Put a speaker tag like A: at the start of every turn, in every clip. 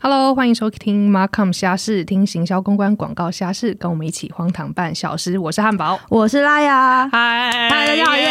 A: Hello，欢迎收听 Markham 虾事，听行销公关广告虾事，跟我们一起荒唐半小时。我是汉堡，
B: 我是拉雅，
A: 嗨
B: 嗨大家好耶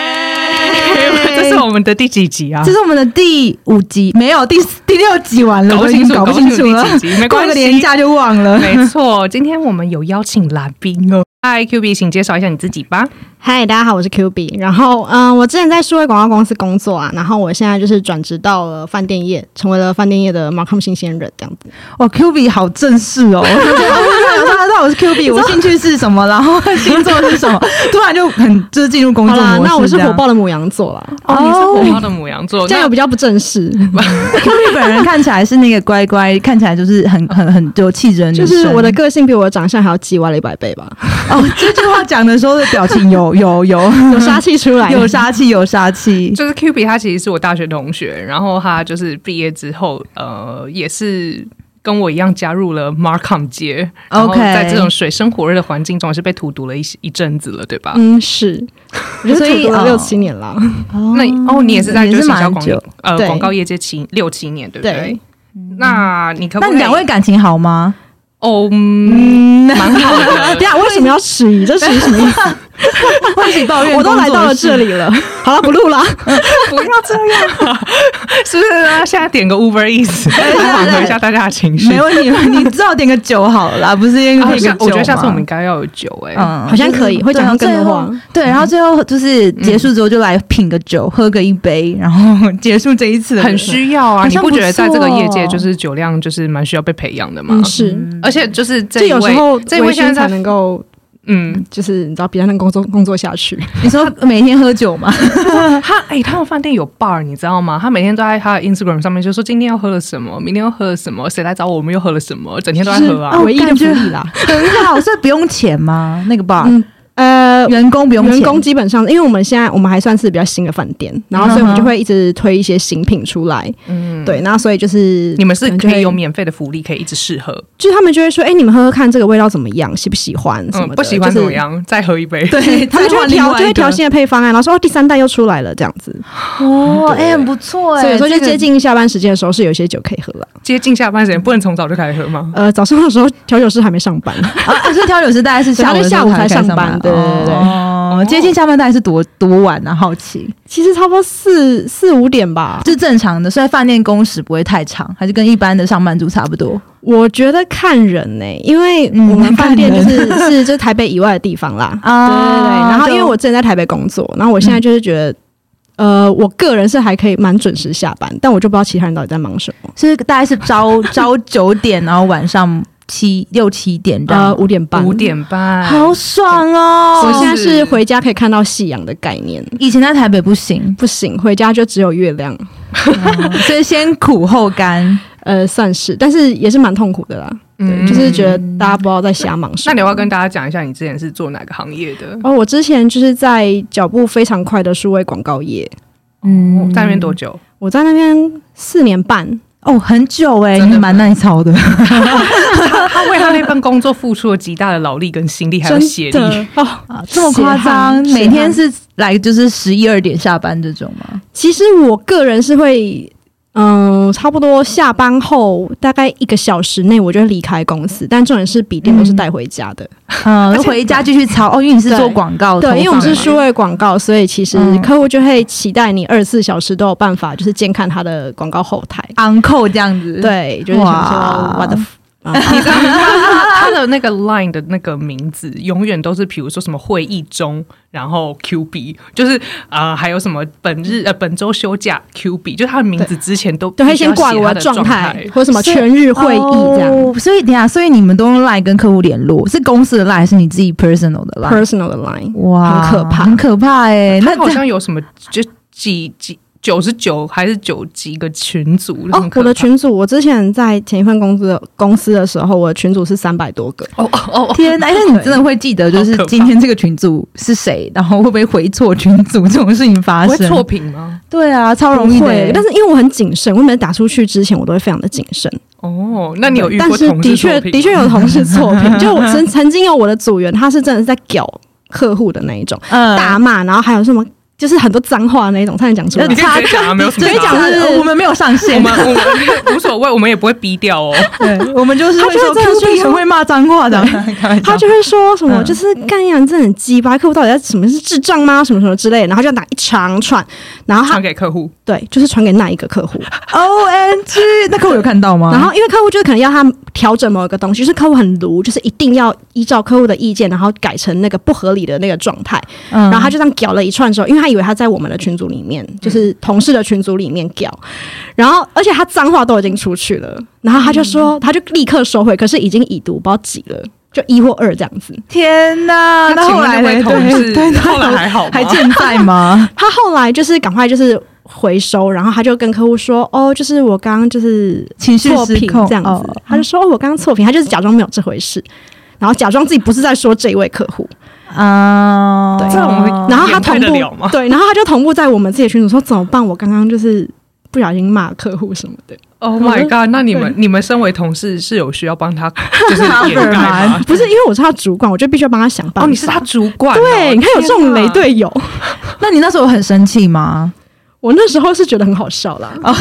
A: 这是我们的第几集啊
B: 这？是我们的第五集，没有第第六集完了，
A: 搞不
B: 我已经
A: 清楚
B: 搞不清楚了
A: 搞不清楚第啊几集没，关
B: 过
A: 系
B: 个年假就忘了。
A: 没错，今天我们有邀请来宾哦。嗨 Q B，请介绍一下你自己吧。
C: 嗨，大家好，我是 Q B。然后，嗯、我之前在数位广告公司工作啊，然后我现在就是转职到了饭店业，成为了饭店业的 Markham 新鲜人这样子。
B: 哇，Q B 好正式 哦！我就觉得哦大家知道我是 Q B，我兴趣是什么，然后 星座是什么，突然就很就是进入工
C: 好
B: 作
C: 啦，
B: 模式。
C: 那我是
B: 这样
C: 火爆的母羊座啦，
A: 哦，你是
B: 哦
A: 火爆的母羊座，
C: 这样有比较不正式。
B: Q B 本人看起来是那个乖乖，看起来就是很很很有气质的女
C: 就
B: 生。
C: 是我的个性比我的长相还要叽歪了一百倍吧，
B: 哦，这句话讲的时候的表情有 有有
C: 有杀气出来。
B: 有杀气，有杀气。
A: 就是 Q B，他其实是我大学同学，然后他就是毕业之后，呃，也是跟我一样加入了 Markham 街然后
B: OK
A: 在这种水深火热的环境中，也是被荼毒了一一阵子了，对吧？
C: 嗯，是，我就
B: 所以
C: 是读了
B: 哦
C: 六七年啦。
A: 那哦，你也是在
B: 也
A: 就是是小
B: 蛮
A: 广
B: 久。
A: 呃
C: 对
A: 广告业界七六七年，对不对？
C: 对
A: 那你可不
B: 那
A: 可以？
B: 你两位感情好吗？
A: 哦，嗯
B: 嗯，
A: 蛮好的
C: 等一。下为什么要迟疑？这迟疑什么意思？
B: 欢喜抱怨，
C: 我都来到了这里了。好了，不录啦。
A: 不要这样， 是不是啊？现在点个 Uber Eats，缓和一下大家的情绪。
B: 没问 题，你至少点个酒好了啦，不是因为
A: 啊
B: 配个
A: 下
B: 酒
A: 我觉得下次
B: 吗
A: 我们应该要有酒哎、
B: 嗯
C: 好像可以会讲到更多话。
B: 对然后最后对，然后最后就是结束之后就来品个酒，喝个一杯，然后结束这一次的
A: 很需要啊！
B: 好
A: 你
B: 像
A: 不觉得在这个业界
B: 不错哦
A: 就是酒量就是蛮需要被培养的吗？
C: 嗯，是。
A: 而且就是这
C: 就
A: 一
C: 有时
A: 位，
C: 候
A: 这一位
C: 微醺
A: 现在在
C: 才能够，
A: 嗯，
C: 就是你知道，比较能工作工作下去。
B: 你说每天喝酒吗？
A: 他哎、他们饭店有 bar，你知道吗？他每天都在他的 Instagram 上面就说今天要喝了什么，明天又喝了什么，谁来找我，我们又喝了什么，整天都在喝啊
B: 是。哦
C: 唯一的
B: 感
C: 福
B: 觉
C: 利啦。
B: 很好，所以不用钱吗？那个 bar
C: 嗯，呃，
B: 员工不用钱，
C: 员工基本上，因为我们现在我们还算是比较新的饭店，然后所以我
B: 嗯哼
C: 们就会一直推一些新品出来。
A: 嗯，
C: 对，那所以就是
A: 你们是
C: 可能就
A: 可以
C: 会
A: 有免费的福利，可以一直试喝，
C: 就是他们就会说，哎、你们喝喝看这个味道怎么样，喜不喜欢什
A: 嗯
C: 么，的，
A: 不喜欢怎么
C: 就是。
A: 样，再喝一杯。
B: 对，
C: 他们就
B: 再
C: 会
B: 换另
C: 调，
B: 外
C: 就会
B: 一个
C: 调新的配方案，然后说哦，第三代又出来了这样子，
B: 哦，
A: 对
B: 哎，很不错哎，
C: 所以有时候就
B: 这个
C: 接近下班时间的时候是有一些酒可以喝了。
A: 接近下班时间，不能从早就开始喝吗？
C: 呃，早上的时候调酒师还没上班，
B: 啊，所以调酒师大概是
C: 对他
B: 午
C: 在
B: 的时
C: 下
B: 候
C: 午才
B: 开
C: 上
B: 上
C: 班对对对对
B: 哦，接近下班大概是多多晚啊？好奇，
C: 其实差不多四四五点吧。
B: 是正常的，所以饭店工时不会太长，还是跟一般的上班族差不多。
C: 我觉得看人呢、因为
B: 嗯
C: 我们饭店
B: 看
C: 就
B: 人
C: 是、是就是台北以外的地 方啦，
B: 啊
C: 对对
A: 哦
C: 对。然后
B: 就
C: 因为我之前在台北工作，然后我
A: 嗯
C: 现在就是觉得，呃，我个人是还可以蛮准时下班，但我就不知道其他人到底在忙什么。
B: 所以大概是朝 朝九点，然后晚上七六七点这样
C: 呃，
B: 吗。
C: 五点半，
A: 五。点半，
B: 好爽
C: 我
B: 哦！
C: 现在是回家可以看到夕阳的概念，
B: 以前在台北不行，嗯
C: 不行，回家就只有月亮。
B: 所以先苦后甘。
C: 呃，算是，但是也是蛮痛苦的啦。对，
A: 嗯
C: 就是觉得大家不知道在瞎忙什
A: 那
C: 么。
A: 你要不要跟大家讲一下，你之前是做哪个行业的？
C: 哦，我之前就是在脚步非常快的数位广告业，
A: 哦
B: 嗯，
A: 在那边多久？
C: 我在那边四年半，
B: 哦，很久哎，
A: 真的
B: 你蛮耐操的。
A: 他为他那份工作付出了极大的劳力、跟心力，还有血
C: 真
A: 力。
C: 的哦。
B: 啊这么夸张，
C: 血汗
B: 每天是来就是十一二点下班这种吗？
C: 其实我个人是会，嗯、差不多下班后大概一个小时内我就会离开公司，但重点是笔电都是带回家的。
B: 嗯
A: 而，且
B: 回家继续操哦，因为你是
C: 对
B: 做广告投放
C: 对，
B: 嘛，
C: 因为我们是数位广告，所以其实
B: 嗯
C: 客户就会期待你二十四小时都有办法，就是监看他的广告后台。
B: 昂扣这样子，，
C: 对，就是
B: 嗯
C: 想
B: 哇
C: 说我的。
A: 你
C: 啊
A: 知道吗？他他的那个 Line 的那个名字永远都是，比如说什么会议中，然后 Q B，就是啊、呃还有什么本日
C: 嗯
A: 呃本周休假 Q B，就是他的名字之前都
C: 都会
A: 必须要
C: 先挂
A: 写
C: 我
A: 他的
C: 状
A: 状
C: 态，或什么全日会议这样、
B: 哦所以等一下，所以你们都用 line 跟客户联络，是公司的 line 还是你自己 personal 的
C: p e
B: line？
C: r s o n a l 的 line。
B: 哇，
C: 很可怕
B: 很可怕 哎、
A: 他
B: 那
A: 好
B: 这
A: 像有什么就几几九十九还是九几个群组
C: 哦，我的。群组，我之前在前一份公司的公司的时候，我的群组是三百多个。
A: 哦哦哦！
B: 天哪！哎那你真的会记得，就是
A: 好可怕
B: 今天这个群组是谁，然后会不会回错群组这种事情发
A: 不会
B: 生？
A: 错评吗？
B: 对啊，超容易
C: 不
B: 的、
A: 欸
C: 会但是因为我很谨慎，我每次打出去之前，我都会非常的谨慎。
A: 哦，那你有遇
C: 但
A: 过
C: 是
A: 同事错
C: 的确
A: 评吗
C: 的确有同事错 评，就我曾曾经有我的组员，他是真的是在屌客户的那一种，
B: 嗯
C: 大骂，然后还有什么。就是很多脏话那一种，差点讲出来
A: 你。可以直接讲啊，没有什么
C: 可以
A: 大
C: 讲
A: 不了。
C: 是
B: 我们没有上
A: 我
B: 线，
A: 们我们无所谓，我们也不会逼掉 哦。
B: 对，我们就是会说
C: 他就是这样
B: Q B 很会骂脏话的， 开玩笑
C: 他就会说什么，
B: 嗯
C: 就是干呀，你这很鸡巴，客户到底在什么是智障吗？什么什么之类的，然后就打一长串，然后他
A: 传给客户，
C: 对，就是传给那一个客户，
B: O N G，那客户有看到吗？
C: 然后因为客户就是可能要他调整某一个东西，就是客户很卢，就是一定要依照客户的意见，然后改成那个不合理的那个状态，
B: 嗯，
C: 然后他就这样屌了一串之后，因为他以为他在我们的群组里面，就是同事的群组里面屌，然后而且他脏话都已经出去了，然后他就说，他就立刻收回，可是已经已读不知道几了，就一或二这样子。
B: 天哪，啊那
A: 请
B: 后
A: 问
B: 来
A: 那位
B: 嘞，
A: 同
B: 对
A: 事
B: 对，
A: 后 来还好吗？
B: 还健在吗？
C: 他后来就是赶快就是回收，然后他就跟客户说：“哦，就是我刚刚就是
B: 情绪
C: 错
B: 失
C: 评
B: 控
C: 这样子。
B: 哦
C: 他就说：“哦，我刚刚错评。”他就是假装没有这回事，然后假装自己不是在说这一位客户。
B: 啊，
C: 对
A: 这种会
C: 然后他
A: 掩盖
C: 同
A: 哦得
C: 步
A: 了吗
C: 对，然后他就同步在我们自己的群组说：“怎么办？我刚刚就是不小心骂客户什么的。
A: Oh my god！那你们你们身为同事是有需要帮他就是掩盖吗
B: 蛮？
C: 不是因为我是他主管，我就必须要帮他想办
A: 哦，
C: 法。
A: 你是他主管哦，
C: 对，你看有这种雷
A: 天
C: 队友，
B: 那你那时候很生气吗？
C: 我那时候是觉得很好笑啦，
A: 哦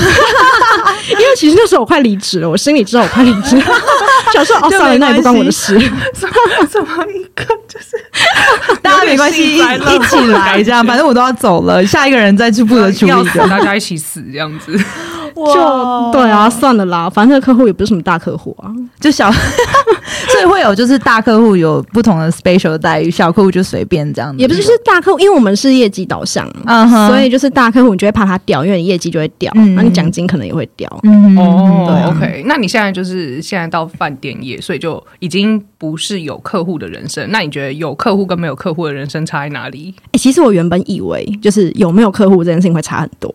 C: 因为其实那时候我快离职了，我心里知道我快离职了， 想说
B: 就
C: 哦，
B: 没
C: 算了，那也不关我的
B: 关
C: 事。
A: 哪，怎么一个就是
B: 大家没关系，一
A: 有点幸灾乐
B: 一起来这样，反正我都要走了，下一个人再去负责处
A: 要
B: 理
A: 死，
B: 的。
A: 大家一起死这样子，
C: 就对啊，算了啦，反正那个客户也不是什么大客户啊。
B: 就小， 所以会有就是大客户有不同的 special 待遇，小客户就随便这样子，
C: 嗯也不是就是大客户，因为我们是业绩导向，
B: 嗯哼
C: 所以就是大客户，你就会怕他掉，因为你业绩就会掉，
B: 嗯
C: 然后你奖金可能也会掉。
B: 嗯对
A: 哦
B: 啊
A: ，OK，那你现在就是现在到饭店业，所以就已经不是有客户的人生。那你觉得有客户跟没有客户的人生差在哪里？
C: 哎、其实我原本以为就是有没有客户这件事情会差很多，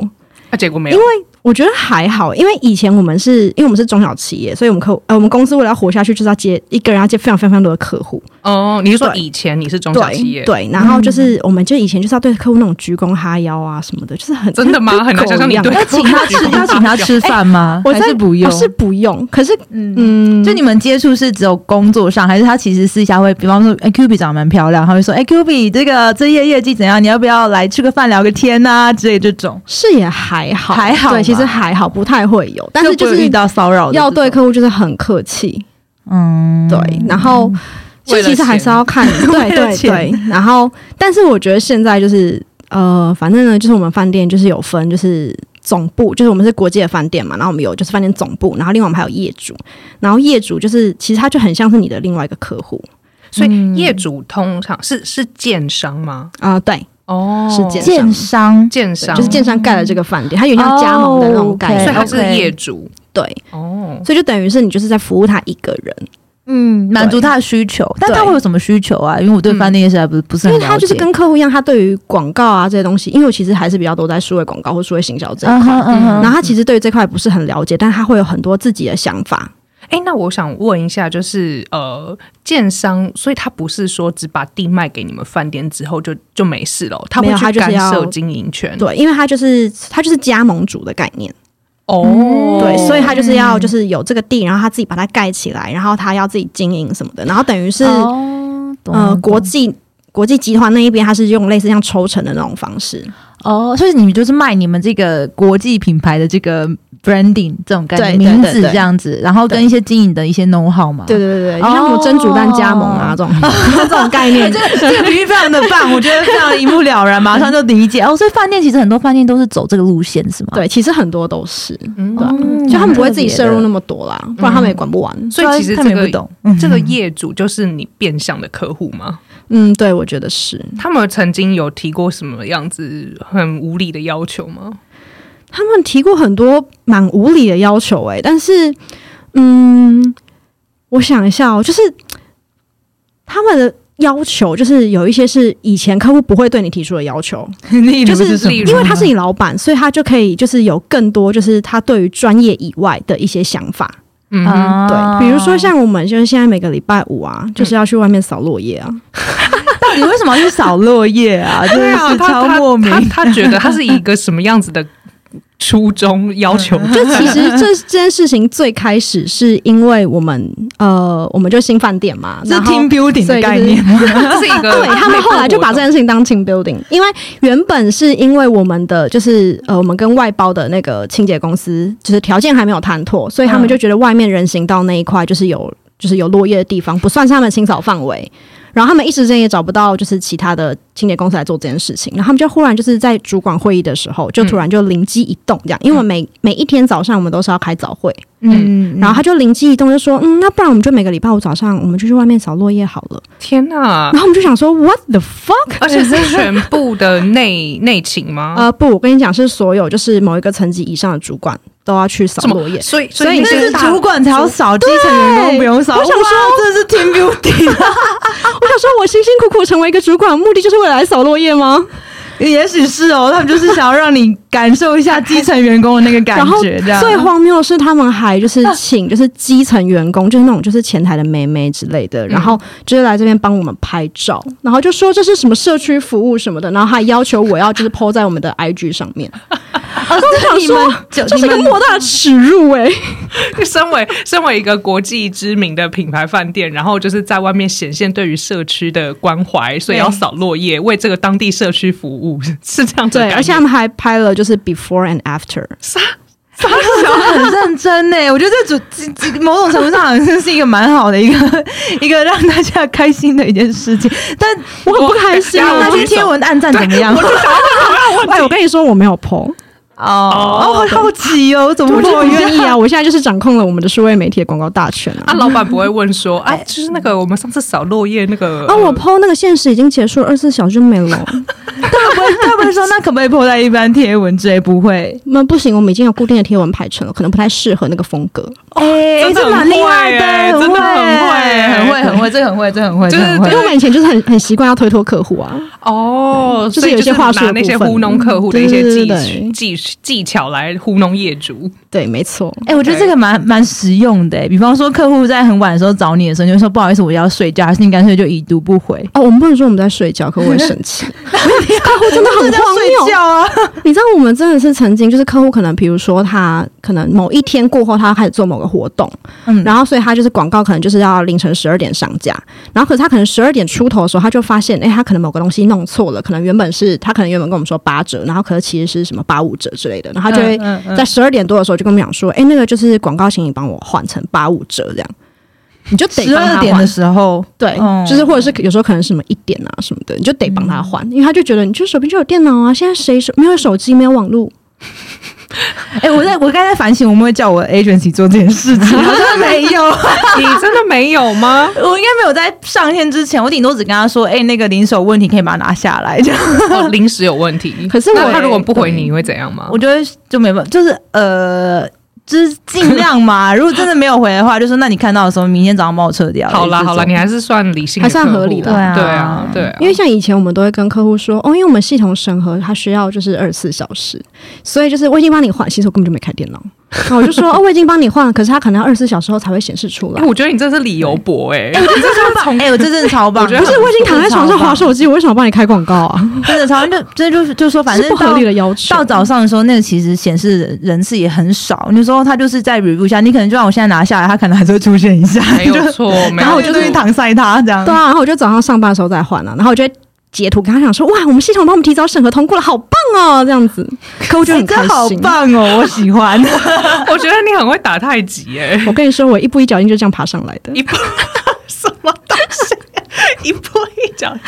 A: 那啊结果没
C: 因
A: 有
C: 为，我觉得还好，因为以前我们是因为我们是中小企业，所以我们客户呃我们公司为了要活下去，就是要接一个人要接非常非常非常多的客户，
A: 哦，你是说
C: 对
A: 以前你是中小企
C: 对
A: 业？
C: 对，然后就是我们就以前就是要对客户那种鞠躬哈腰啊什么的，就是很
A: 真的吗很难想象你对
C: 对
B: 要请他吃，要请他吃饭吗？
C: 我
B: 还
C: 在
B: 是不用？
C: 哦是不用，可是
B: 嗯。
C: 嗯，
B: 就你们接触是只有工作上，还是他其实私下会，比方说，哎、q B 长得蛮漂亮，他会说，哎、q B 这个这业业绩怎样？你要不要来吃个饭聊个天呐、啊？之类这种，
C: 是也还好，
B: 还好
C: 对，其实
B: 嘛
C: 还好，不太会有，但是
B: 就
C: 就
B: 不会
C: 是
B: 遇到骚扰的这种，
C: 要对客户就是很客气，
B: 嗯，
C: 对，然后
A: 为
C: 这
A: 了
C: 其实还是
A: 钱
C: 要看，对
B: 为了
C: 对
B: 钱
C: 对，然后但是我觉得现在就是呃，反正呢，就是我们饭店就是有分就是。总部就是我们是国际的饭店嘛，然后我们有就是饭店总部，然后另外我们还有业主，然后业主就是其实他就很像是你的另外一个客户
A: 所以业主通常是是建商吗？
C: 啊、对，
A: 哦，
C: 是建
B: 建商
A: 建商
C: 就是建商盖了这个饭店，它有点像加盟的那种概
A: 哦所
C: 念
A: 以他是
B: OK
A: 业主
C: 对，
A: 哦。
C: 所以就等于是你就是在服务他一个人，
B: 嗯，满足他的需求，但他会有什么需求啊？因为我对饭店业实在不是不是
C: 因
B: 很
C: 为
B: 了解，
C: 他就是跟客户一样，他对于广告啊这些东西，因为我其实还是比较多在数位广告或数位行销这一
B: 嗯哼
C: 块，
B: 嗯哼，
C: 然后他其实对于这块不是很了解，但他会有很多自己的想法。
A: 哎，那我想问一下，就是呃，建商，所以他不是说只把地卖给你们饭店之后就就没事了，他
C: 没
A: 会
C: 有他
A: 去
C: 就是
A: 干
C: 要
A: 涉经营
B: 嗯
A: 权。
C: 对，因为他就是他就是加盟主的概念，
A: 哦，
C: 对，所以他就是要就是有这个地，然后他自己把它盖起来，然后他要自己经营什么的，然后等于是、
B: 哦懂
C: 呃
B: 懂
C: 国际。国际集团那一边，他是用类似像抽成的那种方式，
B: 哦，所以你们就是卖你们这个国际品牌的这个 branding 这种概念
C: 对对
B: 名
C: 对
B: 字
C: 对
B: 这样子，然后跟一些经营的一些 know how 嘛。
C: 对对对对，就像什么蒸煮蛋加盟
B: 哦
C: 啊、这种这种概 念，
B: 这个比喻非常的棒，我觉得非常的一目了然，马上就理解。哦，所以饭店其实很多饭店都是走这个路线，是吗？
C: 对，其实很多都是。
A: 嗯
C: 对啊
B: 嗯
C: 就他们不会自己摄入那
B: 蛮
C: 么多啦，不然他们也管
B: 嗯
C: 不完。
A: 所以其实
B: 啊他
A: 这
B: 们也
A: 个
B: 不懂。
A: 这 个业主就是你变相的客户吗？
C: 嗯，对，我觉得是。
A: 他们曾经有提过什么样子很无理的要求吗？
C: 他们提过很多蛮无理的要求、欸，但是，嗯，我想一下哦，就是他们的要求，就是有一些是以前客户不会对你提出的要求，
B: 你
C: 就
A: 不是什么
C: 因为他是你老板，所以他就可以就是有更多就是他对于专业以外的一些想法。
A: 嗯哼，
B: 啊
C: 对，比如说像我们就是现在每个礼拜五啊，就是要去外面扫落叶啊。
B: 到底 为什么要去扫落叶啊？真的
A: 啊，
B: 是
A: 他
B: 超莫名
A: 他。他他觉得他是以一个什么样子的初衷要求，
B: 嗯
C: 就其实这这件事情最开始是因为我们呃，我们就新饭店嘛，
B: 是
C: 然后
B: team building
C: 所
B: 的
C: 以就是
B: 概念，
A: 这是一个
C: 对他们后来就把这
A: 内
C: 件事情当 team building，因为原本是因为我们的就是呃，我们跟外包的那个清洁公司就是条件还没有谈妥，所以他们
B: 嗯
C: 就觉得外面人行道那一块就是有就是有落叶的地方不算是他们清扫范围。然后他们一时间也找不到，就是其他的清洁公司来做这件事情。然后他们就忽然就是在主管会议的时候，就突然就灵机一动，这样，因为我们每每一天早上我们都是要开早会，
B: 嗯，
C: 然后他就灵机一动就说，嗯，那不然我们就每个礼拜五早上我们就去外面扫落叶好了。
A: 部活动天 哪
C: 然！后我们就想说，What the fuck？
A: 啊而且是全部的内内勤吗？
C: 呃，不，我跟你讲，是所有就是某一个层级以上的主管都要去扫
A: 什么
C: 落叶。
A: 所以
C: 所以
A: 你
B: 那
C: 这
A: 是
B: 是
C: 大
B: 主管才要扫，基层员工不用扫。
C: 我想说
B: 哇这是 team building，
C: 我想说，我辛辛苦苦成为一个主管，目的就是为了来扫落叶吗？
B: 也许是哦，他们就是想要让你感受一下基层员工的那个感
C: 然后
B: 觉，这样
C: 最荒谬的是，他们还就是请就是基层员工，就是那种就是前台的妹妹之类的，然后就是来这边帮我们拍照，然后就说这是什么社区服务什么的，然后还要求我要就是 PO 在我们的 IG 上面。
B: 哦
C: 我
B: 这
C: 想
B: 你们
C: 说，
B: 就
C: 这是一个
B: 你们
C: 莫大的耻辱哎、
A: 身为身为一个国际知名的品牌饭店，然后就是在外面显现对于社区的关怀，所以要扫落叶，为这个当地社区服务，是这样子的
C: 对，
A: 概念。
C: 而且他们还拍了就是 before and after。
B: 很认真呢、我觉得这主这这某种程度上好像是一个蛮好的一个一个让大家开心的一件事情，但
C: 我很不开心啊
B: 那那
A: 我
B: 些贴文暗赞怎么样？
C: 哎，我跟你说，我没有 PO，
B: 哦，我好好奇哦，怎么
C: 我
B: 会
C: 就
B: 有
C: 很
B: 人
C: 愿意啊！我现在就是掌控了我们的数位媒体的广告大权啊！
A: 啊，老板不会问 说，哎、就是那个我们上次扫落叶那个
C: 啊，我 PO 那个现实已经结束了，二十四小时就没 了。
B: 他不会，他不会说那可不可以破在一般贴文之类？不会，
C: 那不行，我们已经有固定的贴文排程了，可能不太适合那个风格。
B: 哎、
A: 真的
B: 这蛮
A: 很
B: 厉
A: 会
B: 害
A: 欸
B: 的，
A: 真的很
B: 很
A: 会欸
B: 很会，很会，这很会，这很会，
A: 就是
B: 这很
C: 因为我
B: 会。
C: 们以前就是很很习惯要推脱客户啊，
A: 哦，
C: 就是
A: 所以
C: 有一些话术
A: 拿
C: 的
A: 那些
C: 部分
A: 糊弄客户的一些
C: 对对
A: 技
C: 对对
A: 技技巧来糊弄业 主。
C: 对，没错。
B: 哎、我觉得这个蛮蛮实用的、欸。比方说，客户在很晚的时候找你的时候，你就说不好意思，我要睡觉，还是你干脆就已读不回？
C: 哦，我们不能说我们在睡觉，可我会生 气。 客户真的很
B: 要
C: 荒
B: 睡
C: 谬，
B: 觉 啊！
C: 你知道我们真的是曾经，就是客户可能，比如说他可能某一天过后，他开始做某个活动，
B: 嗯
C: 然后所以他就是广告可能就是要凌晨十二点上架，然后可是他可能十二点出头的时候，他就发现，哎，他可能某个东西弄错了，可能原本是他可能原本跟我们说八折，然后可是其实是什么八五折之类的，然后他就会
B: 嗯嗯嗯
C: 在十二点多的时候就跟我们讲说，哎，那个就是广告，请你帮我换成八五折这样。你就得
B: 十
C: 帮他
B: 二
C: 换
B: 点的时候，
C: 对，
B: 嗯
C: 就是或者是有时候可能什么一点啊什么的，你就得帮他换，因为他就觉得你就手边就有电脑啊，现在谁手没有手机没有网络，
B: 哎、我在我刚才反省，我们会叫我 agency 做这件事 情，好像没有，
A: 你真的没有吗？
B: 我应该没有在上线之前，我顶多只跟他说，哎、那个零手问题可以把它拿下来，这样
A: 哦临时有问题。
C: 可是我
A: 那他如果不回你，你会怎样吗？
B: 我觉得就没办法，就是呃。就是尽量嘛，如果真的没有回的话，就说那你看到的时候，明天早上帮我撤掉。
A: 好啦
B: 这种
A: 好啦，你还是算理性的
C: 还
A: 客户，
C: 算合理啦
A: 对
B: 对
A: 啊
B: 啊
A: 对啊，
C: 因为像以前我们都会跟客户说，哦，因为我们系统审核它需要就是二十四小时，所以就是我已经帮你换，其实我根本就没开 电脑，然后我就说，哦，我已经帮你换了，可是它可能二十四小时后才会显示出来
A: 哎。我觉得你这是理由博哎、
B: 哎、我这真的超棒！哎、我这真的超棒！
A: 我觉得
C: 不是，我已经躺在床上划手机，我为什么要帮你开广告啊？
B: 真的超棒，就真的就就说反
C: 是
B: 正
C: 不合
B: 到
C: 理的要求。
B: 到早上的时候，那个其实显示人次也很少。你说他就是在 review 一下，你可能就让我现在拿下来，他可能还是会出现一下。
A: 没有 错，没
B: 然后
A: 有
B: 我就
A: 错。
B: 东西搪塞他这样。
C: 对啊，然后我就早上上班的时候再换啊，然后我就会截图跟他讲说，哇，我们系统帮我们提早审核通过了，好棒哦，这样子，客户就很
B: 你
C: 开
B: 真好
C: 心。
B: 棒哦，我喜 欢。
A: 我觉得你很会打太极哎、
C: 我跟你说，我一步一脚印就这样爬上来 的，
A: 一步什么东西，一步一脚印。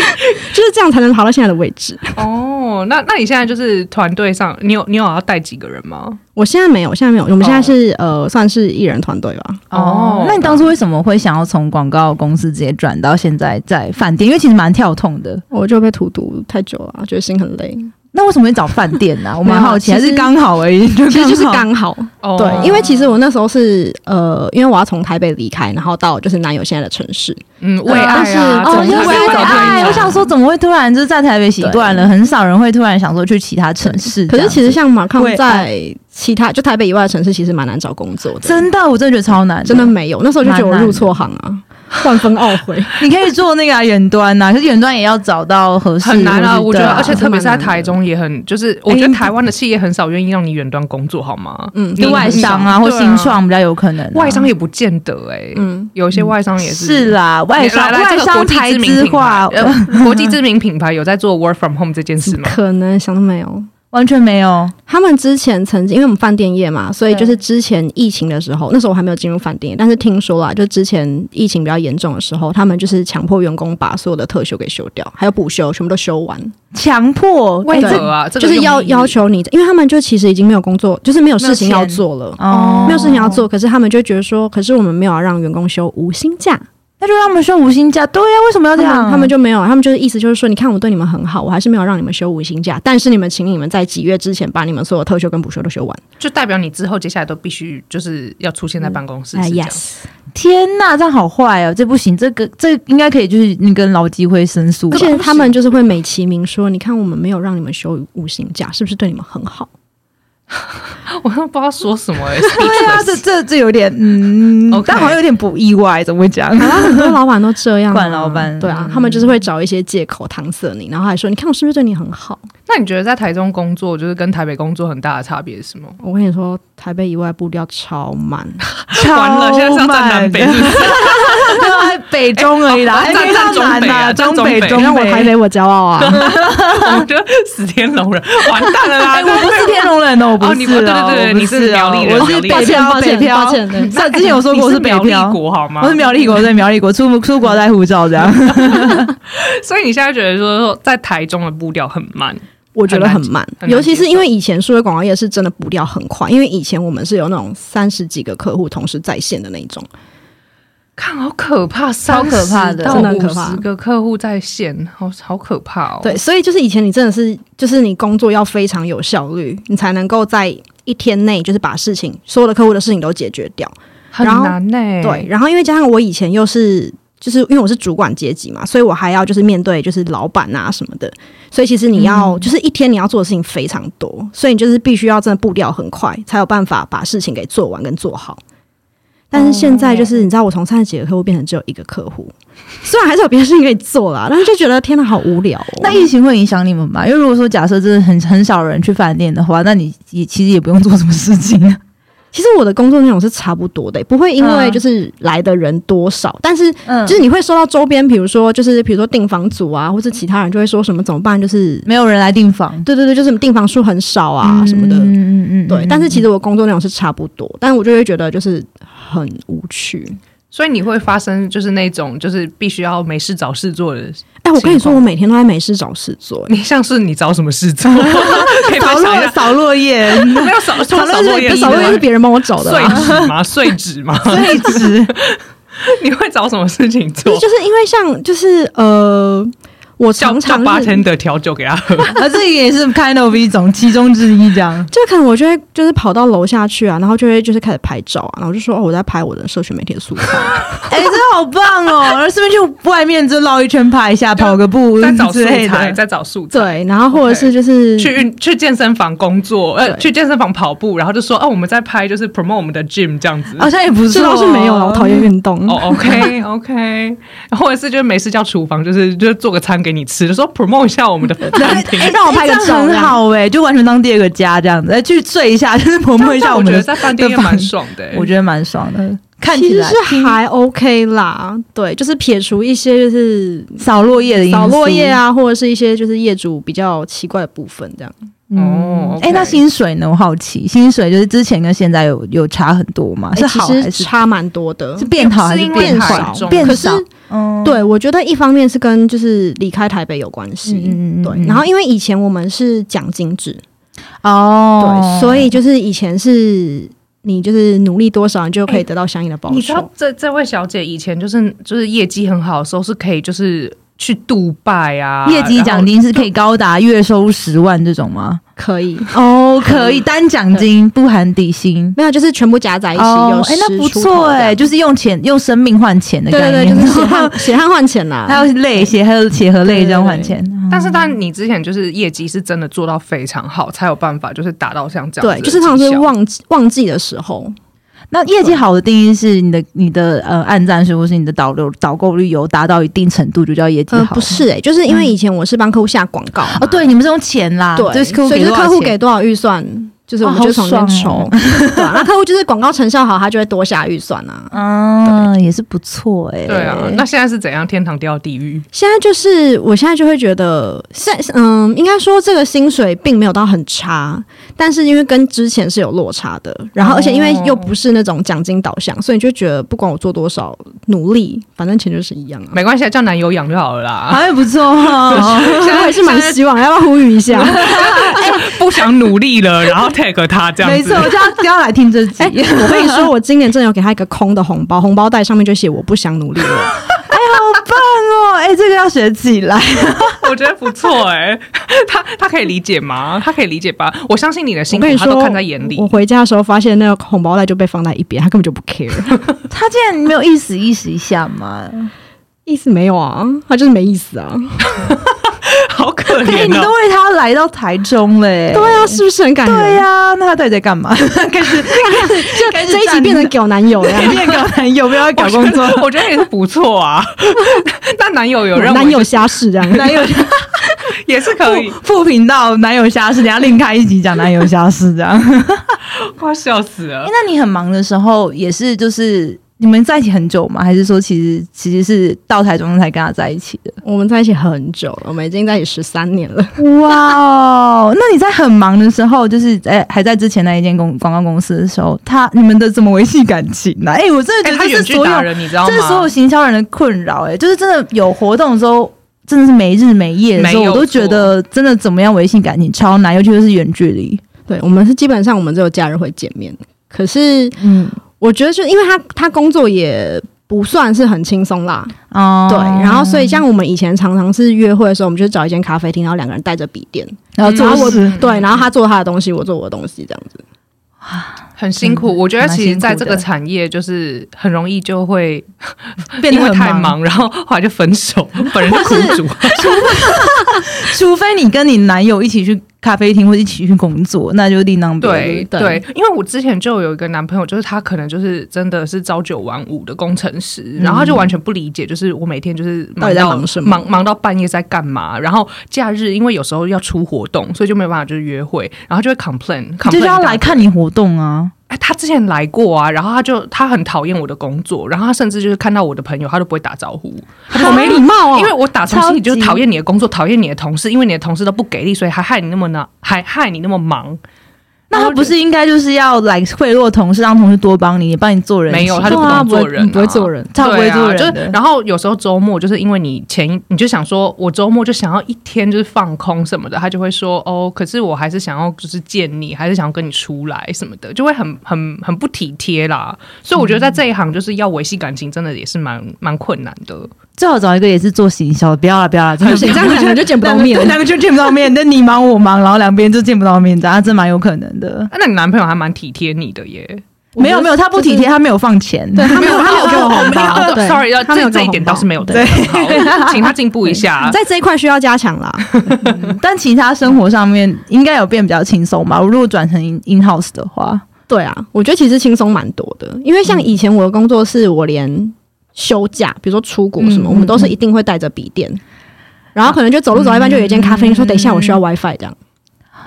C: 就是这样才能爬到现在的位置。
A: 哦，那那你现在就是团队上，你有你有要带几个人吗？
C: 我现在没有，现在没有，我们现在是、呃，算是艺人团队吧。
A: 哦
B: 那你当初为什么会想要从广告公司直接转到现在在饭店？因为其实蛮跳痛的。
C: 我就被荼毒太久了，觉得心很累。
B: 那为什么会找饭店啊 呢、我蛮好奇，
C: 没
B: 还
C: 有啊其
B: 是
C: 实
B: 刚好而已，
C: 其 实就是
B: 好
C: 刚好，
A: 哦
C: 对，因为其实我那时候是呃，因为我要从台北离开，然后到就是男友现在的城市，
A: 嗯，为爱
C: 但是
A: 啊，
B: 哦，
A: 总
B: 就是
A: 还
B: 为
A: 是要
B: 了
A: 找对
B: 爱。
A: 象
B: 我想说，怎么会突然就是在台北习惯了？很少人会突然想说去其他城市。
C: 可是其实像马康
B: 为
C: 在其他就台北以外的城市，其实蛮难找工作的，
B: 真的，我真的觉得超难，
C: 真的。没有。那时候就觉得我
B: 蛮难的
C: 入错行啊， 万分懊悔。
B: 你可以做那个啊远端呐、可是远端也要找到合适
A: 很难
B: 或
A: 啊，
B: 是
A: 我觉
B: 对
A: 得，
B: 啊哎
A: 而且特别是在
C: 还是蛮难的
A: 台中也很，就是我觉得台湾的企业很少愿意让你远端工作，好吗？
C: 嗯
A: 你
B: 就外商啊或
A: 对
B: 新创比较有可能啊、
A: 外商也不见得哎，
C: 嗯，
A: 有些外商也
B: 是啦，外
A: 来
B: 商
A: 来
B: 外
A: 这个
B: 商
A: 国际
B: 台
A: 知名
B: 资
A: 品牌
B: 化、
A: 呃国际知名品牌有在做 work from home 这件事吗？
C: 可能想都没 有。
B: 完全没有。
C: 他们之前曾经，因为我们饭店业嘛，所以
B: 对
C: 就是之前疫情的时候，那时候我还没有进入饭店业，但是听说啦，就之前疫情比较严重的时候，他们就是强迫员工把所有的特休给休掉，还有补休，全部都休完，
B: 强迫
A: 为
B: 哎这
A: 何啊？这
C: 就
A: 个
C: 是
A: 用
C: 要
A: 意
C: 要求你，因为他们就其实已经没有工作，就是没有事情
B: 没有
C: 要
B: 钱
C: 做了。
B: 哦，
C: 没有事情要，做，可是他们就觉得说，可是我们没有要让员工休无薪假，
B: 那就让他们休无薪假。对啊呀、为什么要
C: 他
B: 这样？
C: 们他们就没有，他们就是意思就是说，你看我对你们很好，我还是没有让你们休无薪假，但是你们请你们在几月之前把你们所有特休跟补休都休完。
A: 就代表你之后接下来都必须就是要出现在办公室。
C: 哎
A: 是这样
C: ，yes，
B: 天呐，这样好坏哦，这不行，这个这应该可以，就是你跟劳基会申诉吧。
C: 而且他们就是会美其名说，你看我们没有让你们休无薪假，是不是对你们很好？
A: 我都不知道说什么哎，
B: 对啊，这这这有点嗯
A: OK
B: 但好像有点不意外，怎么会这样？
C: 然后很多老板都这样、啊，
B: 管老板
C: 对啊，他们就是会找一些借口搪塞你，然后还说，你看我是不是对你很好？
A: 那你觉得在台中工作就是跟台北工作很大的差别是什么？
C: 我跟你说，台北以外步调超 慢，
A: 完了，现在是要站南北，
B: 超
A: 是不
B: 慢
A: 是？
B: 的对啊北中而已啦，
A: 哦
B: 还
A: 站
B: 没到
A: 站中
B: 南
A: 北
B: 呐，
A: 啊站
B: 中
A: 中
B: 北
A: 北
B: 中
C: 让我
B: 北
C: 台北我骄傲啊！
A: 我觉得死天龙人完蛋了啦！
B: 哎，我 不是天龙人哦，我不
A: 哦
B: 是
A: 你
B: 哦，
A: 不对对对
B: 我不
A: 你是苗栗人
B: 哦我是
A: 苗栗
B: 北
A: 人
B: 漂，北漂，
C: 抱歉，抱 歉对
B: 上之前有说过我
A: 你
B: 是
A: 是
B: 北
A: 苗栗
B: 漂，
A: 国好吗
B: 我？是苗栗国，对苗栗国出出国要带护照这样。
A: 所以你现在觉得说在台中的步调很慢，
C: 我觉得很慢，
A: 很难接
C: 尤其是因为以前数位广告业是真的步调很快，因为以前我们是有那种三十几个客户同时在线的那一种，
A: 看好可怕，
B: 超可怕的
A: 30
C: 真的
A: 到
C: 很
A: 五
C: 可怕
A: 十个客户在线，好好可怕哦。
C: 对，，所以就是以前你真的是，就是你工作要非常有效率，你才能够在一天内就是把事情所有的客户的事情都解决掉。
A: 很
C: 然后
A: 难欸呢、
C: 对，，然后因为加上我以前又是。就是因为我是主管阶级嘛，所以我还要就是面对就是老板啊什么的，所以其实你要、就是一天你要做的事情非常多，所以你就是必须要真的步调很快，才有办法把事情给做完跟做好。但是现在就是你知道，我从三十几个客户变成只有一个客户，虽然还是有别的事情可以做啦，但是就觉得天哪，好无聊哦。
B: 那疫情会影响你们吗？因为如果说假设真的很很少人去饭店的话，那你也其实也不用做什么事情啊。
C: 其实我的工作内容是差不多的、不会因为
B: 嗯
C: 就是来的人多少，但是
B: 嗯
C: 就是你会收到周边，比如说就是比如说订房组啊，或者其他人就会说什么怎么办，就是
B: 没有人来订房
C: 对对对，就是订房数很少啊、什么的。
B: 嗯嗯
C: 对，但是其
B: 实
C: 实我工作内容是差不多，但我就会觉得就是很无趣。
A: 所以你会发生就是那种就是必须要没事找事做的，
C: 哎、我跟
A: 情
C: 你说，
A: 况
C: 我每天都在没事找事做、
A: 你像是你找什么事 做？可以分
B: 扫
A: 享一
B: 落
A: 下，
B: 扫落叶
A: 没有扫，除了扫落叶
C: 扫落叶是别人帮我找的
A: 啊
C: 啊
A: 碎
C: 啦，
A: 纸吗？碎纸吗？
B: 最值。
A: 你会找什么事情
C: 就
A: 做
C: 是？就是因为像就是呃，我
A: 叫
C: 常
A: 叫
C: 常
A: 八
C: 是
A: 天的调酒给他喝，
B: 啊，这也是 kind of 一种其中之一，这样。
C: 就可能我就会就是跑到楼下去啊，然后就会就是开始拍照啊，然后就说哦我在拍我的社群媒体的素材，
B: 哎、这好棒哦！然后顺便去外面就绕一圈拍一下，跑个步
A: 在找素
B: 之类
A: 材，
B: 的。
A: 在找素材。
C: 对，然后或者是就是
A: 去运去健身房工作，呃，
C: 对
A: 去健身房跑步，然后就说，哦，我们在拍，就是 promote 我们的 gym 这样子。
B: 好像哦也不是、
C: 这倒是没有了，啊我讨厌。运动。
A: 哦、o k OK，或者是就是没事叫厨房，就是就是做个餐给你吃，就说 promote 一下我们的餐厅。
C: 哎让我拍 个
B: 哎这
C: 照
B: 样
C: 这
B: 很
C: 样
B: 好哎、就完全当第二个家这样子，哎去睡一下，就是磨磨一
A: 但
B: 下
A: 我
B: 们
A: 觉得
B: 的
A: 在饭店也
B: 的房
A: 蛮爽的、欸
B: 我觉得蛮爽的。看
C: 其
B: 起
C: 实
B: 来
C: 是还 OK 啦，对，就是撇除一些就是
B: 扫落叶的因素
C: 扫落叶，啊，或者是一些就是业主比较奇怪的部分，这样。
A: 哦，OK
B: 哎、那薪水呢？我好奇，薪水就是之前跟现在有有差很多吗？是
C: 哎
B: 好
C: 其
B: 还
C: 实
B: 是
C: 差蛮多的
B: 是。变好还
A: 是因为
B: 变
A: 台
B: 少？
A: 中
B: 变
C: 可是
B: 少，嗯，
C: 对，我觉得一方面是跟就是离开台北有关系，
B: 嗯嗯嗯嗯
C: 对。然后因为以前我们是奖金制，
B: 哦，
C: 对，所以就是以前是你就是努力多少，你就可以得到相应的报
A: 你知道
C: 酬。
A: 这这位小姐以前就是就是业绩很好的时候，是可以就是去杜拜啊，
B: 业绩
A: 然后
B: 奖金是可以高达月收十万这种吗？
C: 可以，
B: 哦，可以单奖金不含底薪。
C: 没有，嗯就是全部加在一起，有
B: 哦，
C: 十
B: 哎，那不
C: 出头
B: 错
C: 这样
B: 哎，就是用钱用生命换钱的
C: 对
B: 概
C: 对对，
B: 念，
C: 就是血汗 血汗换钱
B: 还
C: 啦。
B: 有累血 还有血和
C: 对
B: 累
C: 对
B: 这样
C: 对
B: 换钱。
A: 但是，但你之前就是业绩是真的做到非常好，才有办法就是达到像这样
C: 对，
A: 子的
C: 就是通常
A: 绩
C: 是
A: 效
C: 旺季旺季的时候，
B: 那业绩好的定义是你的你的呃按赞数或是你的导流导购率有达到一定程度就叫业绩好
C: 呃，
B: 吗、
C: 不是哎、就是因为以前我是帮客户下广告嘛
B: 哦，对，你们是用钱啦，
C: 对，
B: 哦就是客户
C: 所以
B: 给
C: 就是
B: 多少
C: 客户
B: 钱
C: 给多少预算，就是我
B: 哦
C: 们
B: 好
C: 就从中抽。
B: 爽哦
C: 对啊，那客户就是广告成效好，他就会多下预算啊。
B: 啊，也是不错哎、
A: 对啊，那现在是怎样？天堂掉到地狱？
C: 现在就是，我现在就会觉得，现嗯，应该说这个薪水并没有到很差，但是因为跟之前是有落差的，然后
A: 哦
C: 而且因为又不是那种奖金导向，所以你就觉得不管我做多少努力，反正钱就是一样啊。
A: 没关系，啊，叫男友养就好了啦。
B: 好像也不错 哦。
A: 现
C: 我
A: 在
C: 也是蛮希望，要不要呼吁一 下？
A: 不想努力了，然后 tag 他这样
B: 没
A: 子
B: 错，。我就要就要来听这 集。
C: 哎、我跟你说，我今年真的有给他一个空的红包，红包袋上面就写我不想努力 了。
B: 棒哦！哎、这个要学起来。
A: 我觉得不错哎、他他可以理解吗？他可以理解吧？我相信你的
C: 我
A: 辛
C: 跟
A: 苦，
C: 你
A: 他
C: 说，
A: 都看在眼里
C: 我。回家的时候发现那个红包袋就被放在一边，他根本就不 care，
B: 他竟然没有意思意思一下 吗？
C: 意思没有啊，他就是没意思啊。
A: 好可
B: 哎、
A: 怜
B: 你都
A: 哦！
B: 为他来到台中嘞、
C: 对啊，是不是很感人？
B: 对呀、那他到底在干嘛？ 开始
C: 就
B: 开始
C: 这一集变成屌男友了。
B: 改 变搞男友，不要搞工作，
A: 我觉得也是不错啊。 那男友有认
C: 男
A: 为
C: 友瞎事这样，
B: 男友
A: 也是可 以，
B: 副频道男友瞎事，等一下另开一集讲男友瞎事这样。
A: 快笑死
B: 哎、
A: 了。
B: 那你很忙的时候，也是就是你们在一起很久吗？还是说其实其实是到台中才跟他在一起的？
C: 我们在一起很久了，我们已经在一起十三年了。
B: 哇哦！那你在很忙的时候，就是哎、还在之前那一间公广告公司的时候，他你们的怎么维系感情呢、哎、我真的
A: 哎，
B: 觉
A: 他
B: 得这
A: 远
B: 是
A: 距
B: 所有，
A: 达人，你知道
B: 这是所有
A: 吗？
B: 行销人的困扰。哎，就是真的有活动的时候。真的是没日没夜的时候，
A: 没有
B: 我都觉得真的怎么样维系感情超难，尤其是远距离。
C: 对，我们是基本上我们只有假日会见面，可是
B: 嗯，
C: 我觉得就因为他他工作也。不算是很轻松啦，
B: 哦，
C: 对。然后，所以像我们以前常常是约会的时候，我们就找一间咖啡厅，然后两个人带着笔电，
B: 然后
C: 嗯然后
B: 做
C: 我
B: 事，
C: 对，然后他做他的东西，我做我的东西，这样 子。
A: 很辛苦。我觉得
B: 嗯蛮
A: 其
B: 辛
A: 实
B: 苦
A: 在这
B: 的
A: 个产业，就是很容易就会
B: 变
A: 因
B: 得
A: 为
B: 很
A: 太
B: 忙
A: 忙，然后后来就分 手，本人是苦主。
B: 除非你跟你男友一起去咖啡厅或者一起去工作，那就另当别
A: 对
B: 论。
A: 对，因为我之前就有一个男朋友，就是他可能就是真的是朝九晚五的工程师，然后他就完全不理解，就是我每天就是
C: 到
A: 忙
C: 底在
A: 到
C: 忙什么
A: 忙忙到半夜在干嘛，然后假日因为有时候要出活动，所以就没有办法就是约会，然后就会 complain，
B: 就
A: complain
B: 是
A: 一大
B: 要
A: 堆
B: 来看你活动啊，
A: 哎，他之前来过啊，然后他就他很讨厌我的工作，然后他甚至就是看到我的朋友，他都不会打招呼，他就
C: 好
A: 说
C: 没礼貌哦！
A: 因为我打从心里就
B: 超
A: 讨
B: 级
A: 厌你的工作，讨厌你的同事，因为你的同事都不给力，所以还害你那么难，还害你那么忙。
B: 那
A: 然
B: 他
A: 后
B: 不是应该就是要来贿赂同事，让同事多帮你，帮你做人情？
A: 没有他
C: 对
A: 就不
C: 啊
A: 懂做
C: 我
A: 人
C: 你不会
A: 啊
C: 做人，
B: 超不会
A: 对
B: 做
A: 啊。
B: 人的
A: 就是，然后有时候周末就是因为你前一，你就想说，我周末就想要一天就是放空什么的，他就会说哦，可是我还是想要就是见你，还是想要跟你出来什么的，就会很很很不体贴啦。所以我觉得在这一行就是要维系感情，真的也是蛮蛮困难的。
B: 最好找一个也是做行销的，不要了，不要了，真的
C: 不行这样两个人就见不到面
B: 两个两个就见不到面，那你忙我忙，然后两边就见不到面，这样真蛮有可能的。
A: 啊那你男朋友还蛮体贴你的耶。
C: 我
B: 没有
C: 觉得
B: 没有，他不体
C: 就是
B: 贴，他没有放钱。
C: 对他没有，
A: 哦
C: 他没有给我红
A: 哦
C: 包。
A: 哦
C: 啊对
A: Sorry，要
C: 他没有
A: 这这
C: 给我
A: 一
C: 红
A: 点
C: 包
A: 倒是没有的
B: 对，
A: 好，请他进步一
B: 啊
A: 下。
C: 在 这一块需要加强啦。
B: 但其他生活上面应该有变比较轻松吧？我如果转成 in house 的话，
C: 对啊，我觉得其实轻松蛮多的，因为
B: 嗯
C: 像以前我的工作是我连休假，比如说出国什么，
B: 嗯
C: 我们都是一定会带着笔电。然后可能就走路走到一半，就有一间咖啡厅说：“等一下，我
B: 嗯
C: 需要 WiFi。”这样，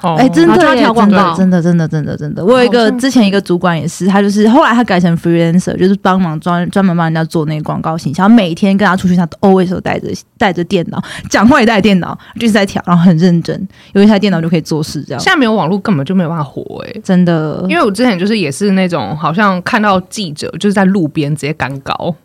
A: 哦
B: 哎、真的
C: 然后就要
B: 耶
C: 跳广告
B: 真的，真的，真的，真的，真的。我有一
A: 好
B: 个
A: 像
B: 之前一个主管也是，他就是后来他改成 freelancer，就是帮忙专专门帮人家做那个广告形象，每天跟他出去，他都 always 都带着带着电脑，讲话也带着电脑，就是在调，然后很认真，有一台电脑就可以做事这样
A: 现。在没有网络根本就没有办法活哎。
B: 真的，
A: 因为我之前就是也是那种，好像看到记者就是在路边直接赶稿，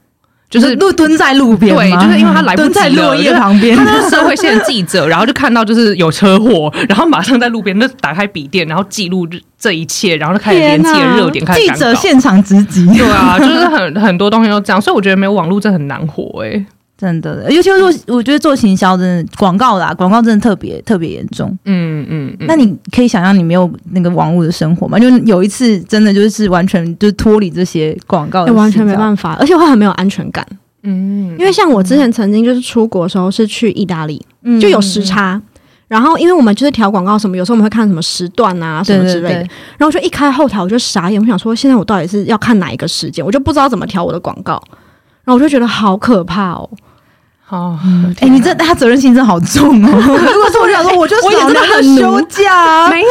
A: 就是
B: 路蹲在路边吗，
A: 对就是因为他来不及
B: 蹲在落
A: 了
B: 叶
A: 就是
B: 旁 边
A: 他，就是社会线记者，然后就看到就是有车祸，然后马上在路边就打开笔电，然后记录这一切，然后就开始连接热点，开始
B: 记
A: 赶稿
B: 者。现场直击。
A: 对啊，就是很很多东西都这样，所以我觉得没有网络真的很难活哎、
B: 真的，尤其是做，我觉得做行销真的广告啦，广告真的特别特别严重。
A: 嗯嗯嗯，
B: 那你可以想象你没有那个网络的生活吗？就有一次真的就是完全就是脱离这些广告的
C: 哎
B: 视角，
C: 完全没办法，而且我会很没有安全感。
A: 嗯，
C: 因为像我之前曾经就是出国的时候是去意大利，
B: 嗯
C: 就有时差，然然后因为我们就是调广告什么，有时候我们会看什么时段啊什
B: 对
C: 么
B: 对
C: 之类的。
B: 对，
C: 然后我就一开后台，我就傻眼，我想说现在我到底是要看哪一个时间，我就不知道怎么调我的广告。然后我就觉得好可怕哦！
A: 好，
C: 嗯
B: 哎，你这
C: 啊
B: 他责任心真的好重 哦。如果是我就想说，我就
C: 我也
B: 少
C: 真的
B: 拿个
C: 很奴
B: 休假啊，
C: 没有，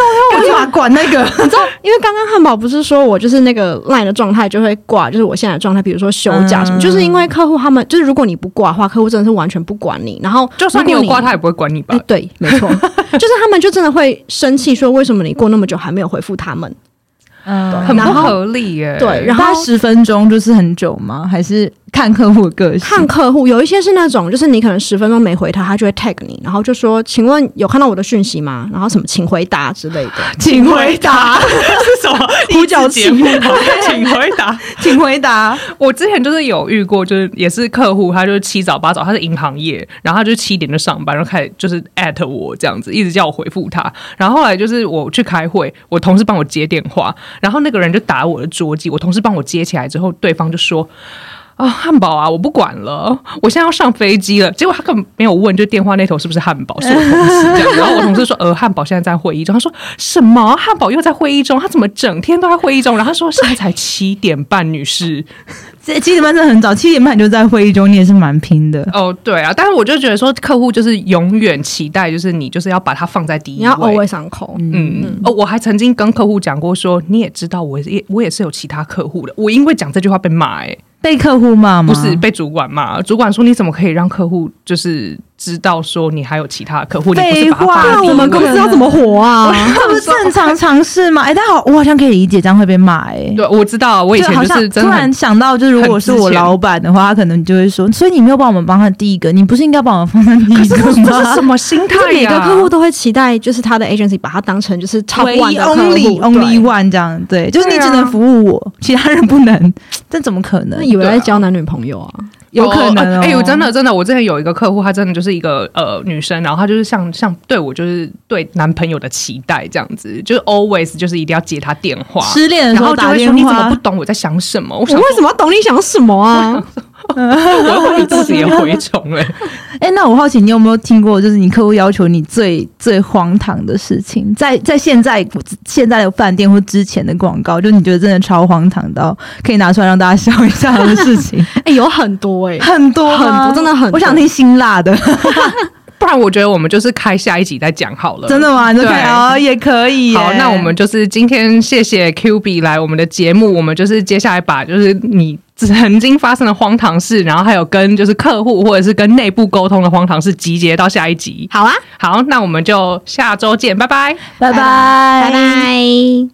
C: 因
B: 干嘛管那个？
C: 你知道，因为刚刚汉堡不是说我就是那个 line 的状态就会挂，就是我现在的状态，比如说休假什么，
B: 嗯
C: 就是因为客户他们就是如果你不挂的话，客户真的是完全不管你。然后
A: 就算
C: 如
A: 你
C: 果
A: 有
C: 你
A: 挂，他也不会管你吧
C: 哎、？对， 没错，就是他们就真的会生气，说为什么你过那么久还没有回复他们？
B: 嗯
A: 很不
C: 然后
A: 合理欸耶。
C: 对，然后
B: 大概十分钟就是很久吗？还是看客户的个性？
C: 看客户，有一些是那种，就是你可能十分钟没回他，他就会 tag 你，然后就说：“请问有看到我的讯息吗？”然后什么“请回答”之类的。
B: 请回 答，
A: 是什么？
B: 呼叫
A: 节目吗？请回答。
B: 请回答。
A: 我之前就是有遇过，就是也是客户，他就是七早八早，他是银行业，然后他就七点就上班，然后开始就是 at 我这样子，一直叫我回复他。然后后来就是我去开会，我同事帮我接电话，然后那个人就打我的桌机，我同事帮我接起来之后，对方就说。啊，汉堡啊，我不管了，我现在要上飞机了。结果他根本没有问，就电话那头是不是汉堡，是我同事这样。然后我同事说，呃，汉堡现在在会议中。他说什么？汉堡又在会议中？他怎么整天都在会议中？然后他说现在才七点半，女士。
B: 这七点半真的很早，七点半你就在会议中，你也是蛮拼的。
A: 哦，对啊，但是我就觉得说，客户就是永远期待，就是你就是要把它放在第
C: 你
A: 一
C: 要
A: 位。
C: always on call，
A: 嗯，哦，我还曾经跟客户讲过说，你也知道，我也我也是有其他客户的，我因为讲这句话被骂、欸，
B: 被客户骂吗？
A: 不是被主管骂，主管说你怎么可以让客户就是知道说你还有其他客户，你不是把
B: 废话
A: 他
B: 那
A: 放在
B: 我们
A: 第一
B: 公
A: 位
B: 司要怎
C: 么 活啊？
B: 这不是正常尝试吗？哎、但好，我好像可以理解这样会被骂、哎，
A: 对，我知道，我以前
B: 就好
A: 就
B: 像
A: 是真
B: 突
A: 的
B: 然
A: 很
B: 想到，就是如果是我老板的话，他可能就会说，所以你没有帮我们帮他第一个，你不是应该帮我们放在 第一
A: 这
B: 个
A: 是这啊是什？
B: 吗
A: 么心态
C: 就是 每
A: 呀、
C: 个客户都会期待，就是他的 agency 把他当成就是 top
B: 唯
C: one
B: 一
C: 的客户
B: only
C: 对
B: only one 这样，对，就是你
A: 对啊
B: 只能服务我，其他人不能， 这怎么可
C: 那
B: 能？
C: 以为在交男女朋友啊？
B: 有可能、哦，
A: 哎、我真的真的，我之前有一个客户，她真的就是一个呃女生，然后她就是像像对我就是对男朋友的期待这样子，就是 always 就是一定要接她电话，
B: 哦失恋的
A: 然
B: 时候
A: 后就
B: 打
A: 会
B: 电
A: 说
B: 话，
A: 你怎么不懂我在想什么？我
C: 我
A: 想
C: 为什么要懂你想什么啊？
A: 我我自己也蛔虫哎、
B: 哎、那我好奇，你有没有听过，就是你客户要求你最最荒唐的事情，在在现在现在的饭店或之前的广告，就你觉得真的超荒唐到可以拿出来让大家笑一下的事情，
C: 哎、有很多哎、
B: 很多欸
C: 很
B: 吗
C: 多，真的很多
B: 我想听辛辣的，
A: 不然我觉得我们就是开下一集再讲好了，
B: 真的吗？你都可以
A: 对
B: 哦，也可以耶。
A: 好，那我们就是今天谢谢 Q B 来我们的节目，我们就是接下来把就是你曾经发生的荒唐事，然后还有跟就是客户或者是跟内部沟通的荒唐事集结到下一集。
C: 好啊，
A: 好，那我们就下周见，拜拜。
B: 拜拜
C: 拜拜。